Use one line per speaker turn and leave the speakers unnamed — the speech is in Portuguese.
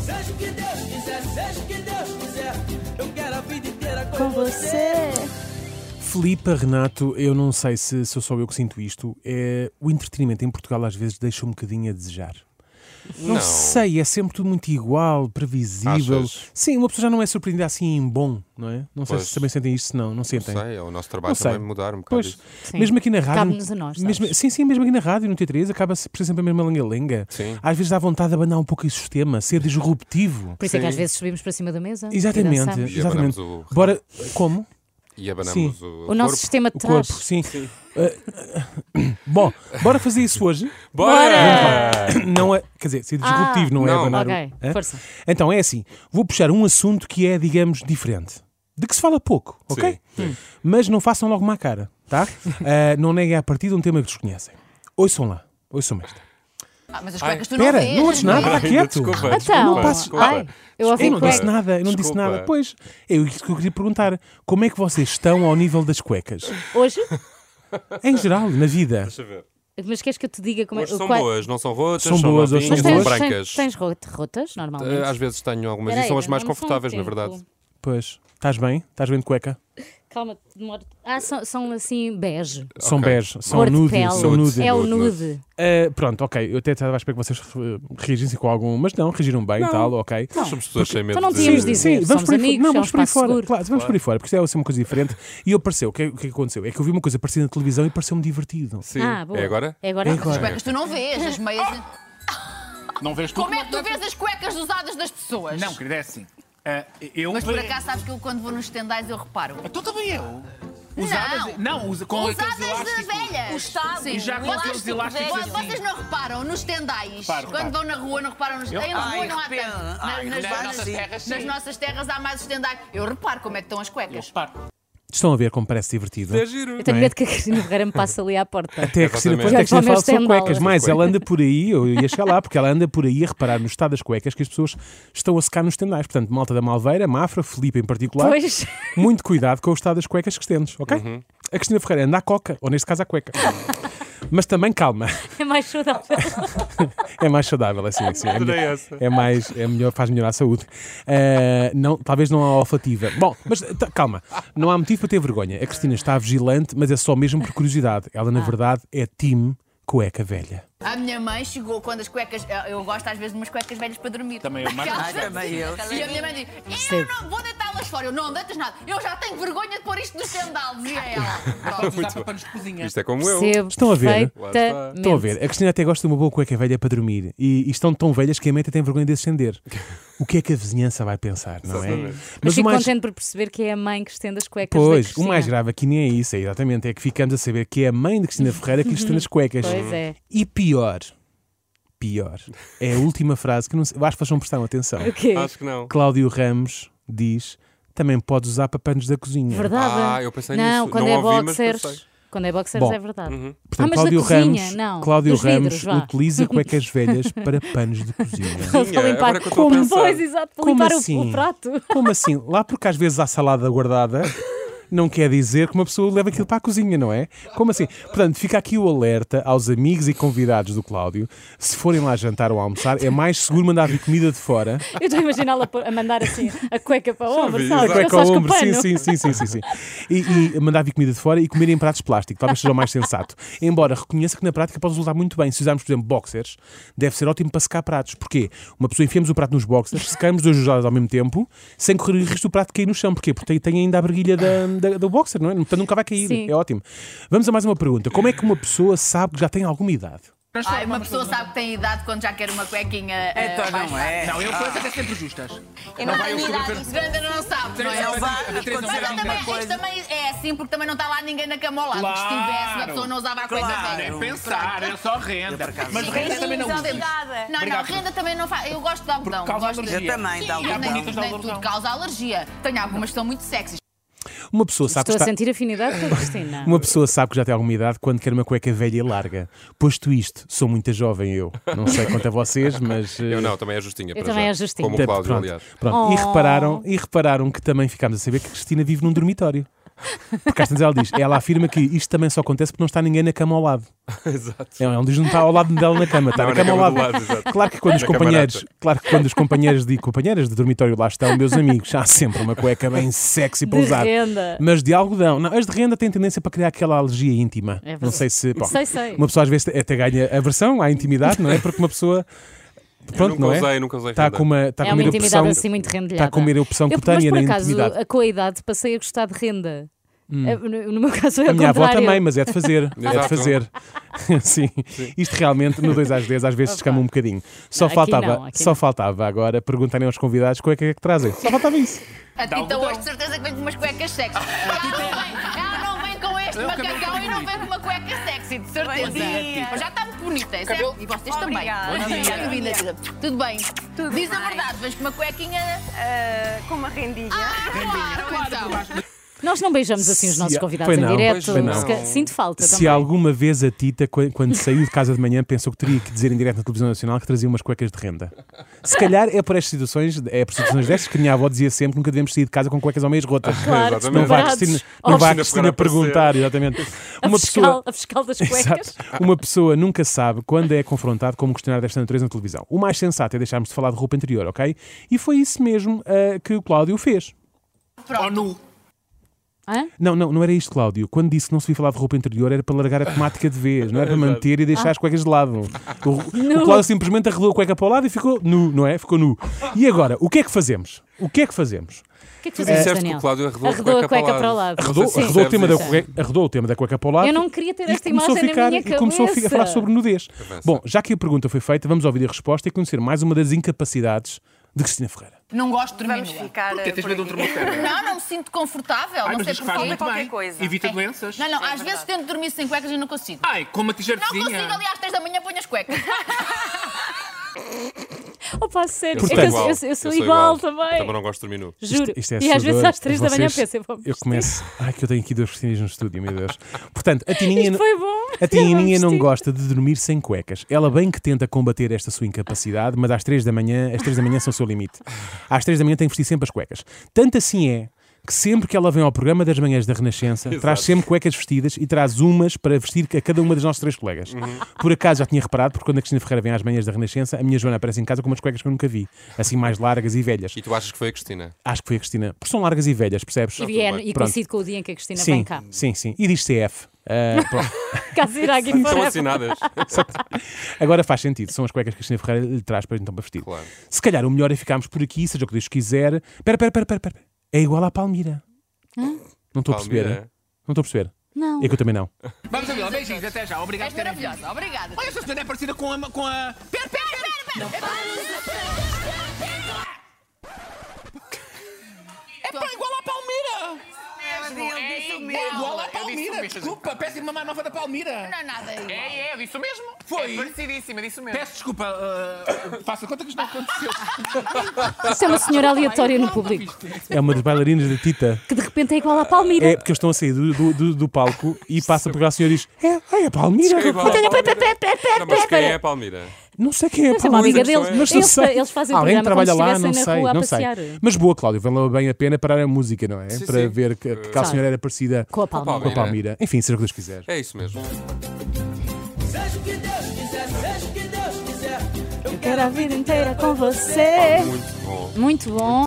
Seja o que Deus quiser, seja o que Deus quiser, eu quero a vida inteira com,
Com você.
Filipe, Renato, eu não sei se sou só eu que sinto isto. É, o entretenimento em Portugal às vezes deixa um bocadinho a desejar. Não,
Não.
sei, é sempre tudo muito igual, previsível.
Achas?
Sim, uma pessoa já não é surpreendida assim em bom, não é? Não sei
Pois.
se também sentem isto, se não, não sentem.
Não sei, é o nosso
Não
trabalho
sei.
também mudar um bocado.
Pois,
isso.
Sim.
mesmo aqui na rádio.
Cabe-nos a nós, sabes?
mesmo- sim, sim, mesmo aqui na rádio, no T3, acaba-se por sempre a mesma lenga-lenga.
Sim.
Às vezes dá vontade de abanar um pouco esse sistema, ser disruptivo.
Por isso é que
Sim.
às vezes subimos para cima da mesa. e
Exatamente,
dançamos.
E
exatamente.
abanamos o-
Bora, como?
E abanamos o,
O nosso
corpo.
sistema de
O corpo,
trás.
sim. Ah, bom, bora fazer isso hoje.
Bora!
Não é, quer dizer, ser
Ah,
disruptivo não, é
Não.
abanar o-
Ok,
Hã?
força.
Então é assim, vou puxar um assunto que é, digamos, diferente. De que se fala pouco, ok?
Hum.
Mas não façam logo má cara, tá? Ah, não neguem à partida um tema que desconhecem. Ouçam lá, ouçam esta.
Ah, mas as cuecas tu não é?
Espera,
vês.
não ouves nada, está
Ainda,
quieto.
desculpa, desculpa,
Então,
passes-
desculpa.
ai, eu ouvi
Eu não disse
cueca.
nada, eu não disse
Desculpa.
nada. Pois, é isso que eu queria perguntar. Como é que vocês estão ao nível das cuecas?
Hoje?
Em geral, na vida.
Deixa eu ver.
Mas queres que eu te diga como é
Hoje
o
são
qua-
boas, não são rotas,
São
são,
boas, hoje
novinhas,
Mas
são
tens,
são
boas.
brancas.
tens, tens ro- rotas, normalmente?
Eh, Às vezes tenho algumas
Peraí,
e são as mais
dá-me só um
confortáveis, na
tempo.
verdade.
Pois, estás bem? Estás bem de cueca?
Calma, demora. Ah, são, são assim bege.
São
Ok.
bege, são
Cor de
nude,
pele.
são nude.
É o
Nude, nude.
nude.
Ah, pronto, ok. Eu até estava à espera que vocês eh, reagissem com algum, mas não, reagiram bem e tal, ok.
Nós somos pessoas sem medo
Então não
de-
tínhamos dizer, somos
por aí fora.
amigos,
Não,
é um
vamos por aí
espaço
fora.
seguro.
Claro, vamos por aí fora, porque isso é assim uma coisa diferente. E eu pareceu, o que, é- o que é que aconteceu? É que eu vi uma coisa parecida na televisão e pareceu-me divertido.
Sim.
Ah, boa.
É agora?
É agora.
É
As
agora.
cuecas tu não vês, as meias.
Não vês tu?
Como é que tu vês as cuecas usadas das pessoas?
Não, querida, é assim. Ah, eu.
Mas por acaso sabes que eu quando vou nos tendais eu reparo.
Então também eu. Usadas. Não, usa, com
Usadas
aqueles
de
elásticos.
velhas.
O estado.
Sim,
já
o
com aqueles
elástico
elásticos
velho.
assim.
Vocês não reparam nos tendais.
Reparo,
quando vão
reparo.
na rua não reparam nos tendais. Na
Ai,
rua não há
arrependo.
tanto. Na-
Ai,
nas,
reparo,
nossas
sim.
terras, nas nossas terras há mais os tendais. Eu reparo como é que estão as
Eu
cuecas.
reparo.
Estão a ver como parece divertido.
É giro.
Eu tenho
Não é?
medo que a Cristina Ferreira me passe ali à porta.
Até a Cristina,
Exatamente.
pois, até a Cristina
Já
fala
vão
sobre
meus
cuecas,
sem
mas
malas.
ela anda por aí, eu ia chegar lá, porque ela anda por aí a reparar no estado das cuecas que as pessoas estão a secar nos tendais. Portanto, malta da Malveira, Mafra, Felipe em particular,
Pois.
muito cuidado com o estado das cuecas que estendes, ok? A Cristina Ferreira anda à coca, ou neste caso à cueca. Mas também calma,
É mais saudável.
é mais saudável, é assim, assim, é,
Adorei
melhor,
essa.
é mais, é melhor, faz melhor à saúde. Ah, não, talvez não a olfativa. Bom, mas tá, calma, não há motivo para ter vergonha. A Cristina está vigilante, mas é só mesmo por curiosidade. Ela,
Ah.
na verdade, é time cueca velha.
A minha mãe chegou quando as cuecas. eu- Eu gosto às vezes de umas cuecas velhas para dormir.
Também eu, mas-
Aquelas-
Ai, também eu.
E a minha mãe diz: Eu não vou deitá-las fora. Eu não deitas nada. Eu já tenho vergonha de pôr isto nos tendales. E é ela.
Podes usar para panos de cozinha.
Isto é como eu.
Percebo.
Estão a ver?
perfeitamente.
Estão a ver, a Cristina até gosta de uma boa cueca velha para dormir e, e estão tão velhas que a meta tem vergonha de acender. O que é que a vizinhança vai pensar, não é?
Exatamente.
Mas
o
fico
mais,
contente por perceber que é a mãe que estende as cuecas. da
pois, o
Cristina.
mais grave aqui nem é isso, é exatamente, é que ficamos a saber que é a mãe de Cristina Ferreira que lhe está nas cuecas.
Pois é.
E pior, pior, é a última frase que não sei, eu acho que vocês não prestaram atenção.
O quê?
Acho que não.
Cláudio Ramos diz: também pode usar para panos da cozinha.
Verdade.
Ah, eu pensei
não,
nisso.
Quando
Não
é
ouvi, mas
boxers.
pensei. Uhum.
Quando é boxers
Bom.
é verdade.
Portanto,
Ah, mas da
Cláudio
cozinha,
Ramos,
não,
Cláudio
dos
Ramos
vidros, vá.
utiliza cuecas velhas para panos de cozinha.
Para limpar.
é, agora que eu estou a
Como?
pensar.
Pois, exato, para
Como
limpar o-
assim?
o prato.
Como assim? Lá porque às vezes há salada guardada, não quer dizer que uma pessoa leva aquilo para a cozinha, não é? Como assim? Portanto, fica aqui o alerta aos amigos e convidados do Cláudio. Se forem lá jantar ou almoçar, é mais seguro mandar vir comida de fora.
Eu estou a imaginá-la a mandar assim a cueca para o ombro,
vi,
sabes?
exato.
Cueca
Calçares com
ao Ah, ombro, sim,
pano.
sim, sim, sim, sim, sim. E, e mandar vir comida de fora e comer em pratos de plástico, talvez seja o mais sensato. Embora reconheça que na prática pode resultar muito bem. Se usarmos, por exemplo, boxers, deve ser ótimo para secar pratos. Porquê? Uma pessoa enfiamos o prato nos boxers, secamos dois usados ao mesmo tempo, sem correr o risco do prato cair no chão. Porquê? Porque tem, tem ainda a briguilha da, da- do boxer, não é? Portanto, nunca vai cair.
Sim.
É ótimo. Vamos a mais uma pergunta. Como é que uma pessoa sabe que já tem alguma idade?
Ai, uma pessoa sabe que tem idade quando já quer uma cuequinha. eh,
Então
mais
não é.
Não, eu coisas é sempre justas.
Eu não tenho idade.
fácil. Ainda não sabe, não é?
Não vai
Mas
acontecer
eu também,
alguma
isto
coisa.
também é assim, porque também não está lá ninguém na cama ao lado. Porque se
Claro.
tivesse, a pessoa não usava a coisa
Claro.
É
velha.
pensar, é só renda. Mas renda também não
Sim,
usa.
Não, não,
Obrigado.
renda também não faz. Eu gosto de algodão.
Porque causa
gosto de-
alergia.
Eu também, de
Sim,
algodão.
Nem,
Bonitas de
nem tudo
algodão.
causa alergia. Tenho algumas que são muito sexys.
Uma pessoa sabe
Estou
que
a
está...
sentir afinidade com a Cristina.
Uma pessoa sabe que já tem alguma idade quando quer uma cueca velha e larga. Posto isto, sou muito jovem eu. Não sei quanto a vocês, mas. eh,
Eu não, também é justinha. para
também
já.
é justinha.
Como o
portanto,
Cláudio,
pronto,
aliás.
pronto. E,
Oh.
repararam, e repararam que também ficámos a saber que a Cristina vive num dormitório. Porque às tantas ela diz, ela afirma que isto também só acontece porque não está ninguém na cama ao lado. É,
Exato.
Ela diz que não está ao lado dela na cama, está
Não,
na cama ao lado.
exato.
Claro que quando os
Na
companheiros,
camarada.
claro que quando os companheiros e companheiras de dormitório lá estão, meus amigos, há sempre uma cueca bem sexy para
De
usar.
renda.
Mas de algodão. Não, as de renda têm tendência para criar aquela alergia íntima.
É verdade.
não sei se. bom,
Sei, sei.
Uma pessoa às vezes até ganha aversão à intimidade, não é? Porque uma pessoa. Pronto,
nunca
não é?
usei, nunca usei
Está
renda.
com uma, está
É
com
uma
uma
intimidade
erupção-
assim muito rendilhada.
Está tá com uma erupção
Eu,
cutânea na
Mas por acaso,
intimidade.
a- com a idade, passei a gostar de renda. Eh, No no meu caso, é
A
o
minha avó
contrário.
também, mas é de fazer. é de
Exato.
fazer. Sim. Isto realmente, no 2 às 10, às vezes descama um bocadinho. Só,
Não, aqui
faltava,
não, aqui
só
não.
faltava agora perguntarem aos convidados qual é que é que trazem. Só faltava isso.
A Tita
algodão.
hoje de certeza que vem com umas cuecas sexy. Ela não vem, ela não vem com este
Eu acabei
macacão
de
e não vem
descobrir.
com uma cueca sexy,
é,
de certeza.
dia.
Mas já está muito bonita, é
Cabelo-
certo? E vocês também.
Obrigada. Bom dia.
Obrigada, linda, Tita. Tudo bem? Diz a
bem.
verdade, vens com uma cuequinha. Ah,
Ah, com uma rendinha.
Claro, então.
Nós não beijamos assim os
Se-
nossos convidados
foi
em
não,
direto.
foi não.
Se ca- Sinto falta
Se
também.
alguma vez a Tita, qu- quando saiu de casa de manhã, pensou que teria que dizer em direto na televisão nacional que trazia umas cuecas de renda. Se calhar é por estas situações, é por situações destas que a minha avó dizia sempre que nunca devemos sair de casa com cuecas ao meio rotas.
Claro,
Exatamente.
Não vai
separados.
Cristina, não vai
Cristina
Cristina
Ferreira
perguntar, exatamente.
a, fiscal, a fiscal das cuecas.
Exato. Uma pessoa nunca sabe quando é confrontado com um questionário desta natureza na televisão. O mais sensato é deixarmos de falar de roupa interior, ok? E foi isso mesmo ah, que o Cláudio fez.
Ou nu.
Hã?
Não, não, não era isto, Cláudio. Quando disse que não se devia falar de roupa interior, era para largar a temática de vez, não era para manter e deixar as cuecas de lado. O, o Cláudio simplesmente arredou a cueca para o lado e ficou nu, não é? Ficou nu. E agora, o que é que fazemos? O que é que fazemos?
O que é que fazemos,
disseste que
Daniel?
o Cláudio arredou a
a
cueca para o
cueca
lado.
para o lado.
Não
Arredou,
sei se
arredou o
percebes
tema da
isso.
cueca, arredou o tema da cueca para o lado.
Eu não queria ter
e
esta
começou
imagem
a ficar,
na minha
e
cabeça.
começou a fi- a falar sobre nudez. Bom, já que a pergunta foi feita, vamos ouvir a resposta e conhecer mais uma das incapacidades de Cristina Ferreira.
Não gosto de dormir
Vamos
nua.
ficar. eh,
Porque tens
por
medo de um
aqui.
termoferro.
então. Não, não me sinto confortável.
Ai,
não
mas
sei porquê.
isto faz
falta
muito
qualquer
bem.
coisa.
Evita
É.
doenças.
Não, não,
é
às vezes
verdade.
tento dormir sem cuecas e não consigo.
Ai, com uma
Não consigo,
t-shirtzinha.
aliás, às 3 da manhã ponho as cuecas.
Opa, sério.
Eu
é que eu,
sou igual.
eu sou- eu sou igual,
Eu
também.
também não gosto de dormir nu.
Juro.
Isto é
e às vezes
assustador.
às três da manhã
Vocês-
pensei, vamos.
Eu começo. Ai, que eu tenho aqui duas Cristinas no estúdio, meu Deus. Portanto, a Tininha.
Isto foi bom.
A Tininha
Vamos
não
vestir.
gosta de dormir sem cuecas. Ela bem que tenta combater esta sua incapacidade, mas às três da manhã, às três da manhã são o seu limite. Às três da manhã tem que vestir sempre as cuecas. Tanto assim é que sempre que ela vem ao programa das manhãs da Renascença, traz sempre cuecas vestidas e traz umas para vestir a cada uma das nossas três colegas. Por acaso já tinha reparado, porque quando a Cristina Ferreira vem às manhãs da Renascença, a minha Joana aparece em casa com umas cuecas que eu nunca vi, assim mais largas e velhas.
E tu achas que foi a Cristina?
Acho que foi a Cristina, porque são largas e velhas, percebes?
E, vier-
bem.
e
Pronto.
coincide com o dia em que a Cristina
Sim,
vem cá.
sim, sim. E diz CF. Ah, pronto.
Caso irá aqui
São
fora.
assinadas.
Agora faz sentido, são as cuecas que a Cristina Ferreira lhe traz para então para vestir.
Claro.
Se calhar o melhor é ficarmos por aqui, seja o que Deus quiser. Pera, pera, pera, pera, pera. É igual à Palmira. Não estou a
Palmira,
perceber.
é?
hein? Não estou a perceber.
Não.
É que eu também não.
Vamos, Abel, beijinhos, até já. Obrigado
És
por terem vindo.
É maravilhosa, obrigada.
Olha, essa senhora é parecida com a. Com a... Pera, pera, pera, pera! É pá, igual à Palmira!
Ele disse o
É
mesmo.
igual à Palmira! Desculpa, peço irmã mais nova da Palmira!
Não é nada igual.
É, é, disse o mesmo.
Foi.
É parecidíssima, disse o mesmo.
Peço desculpa, ah, faça conta que isto não aconteceu.
Isso é uma senhora aleatória no
Não,
público.
isto-
É uma das bailarinas da Tita.
Que de repente é igual à Palmira.
É porque eles estão a sair do, do, do- do palco e passa por lá o senhor e diz: É, ai, a Palmira.
É igual à Palmira. Não, mas quem é a Palmira?
Não sei quem é a
sei, uma
Palmira.
amiga deles.
Mas eu
Eles-
sei.
eles fazem o
Alguém
programa
trabalha
como se
lá, não
estivessem na
sei.
rua a
Não sei.
passear.
Mas boa, Cláudio, valeu bem a pena parar a música, não é? Para
sim.
ver que, que aquela
Sabe.
senhora era parecida
Com a Palmira.
com a Palmira. Enfim, seja o que Deus quiser.
É isso mesmo.
Seja o que Deus quiser, seja o que Deus quiser. Eu
Quero a vida inteira com você.
Muito bom.
Muito bom.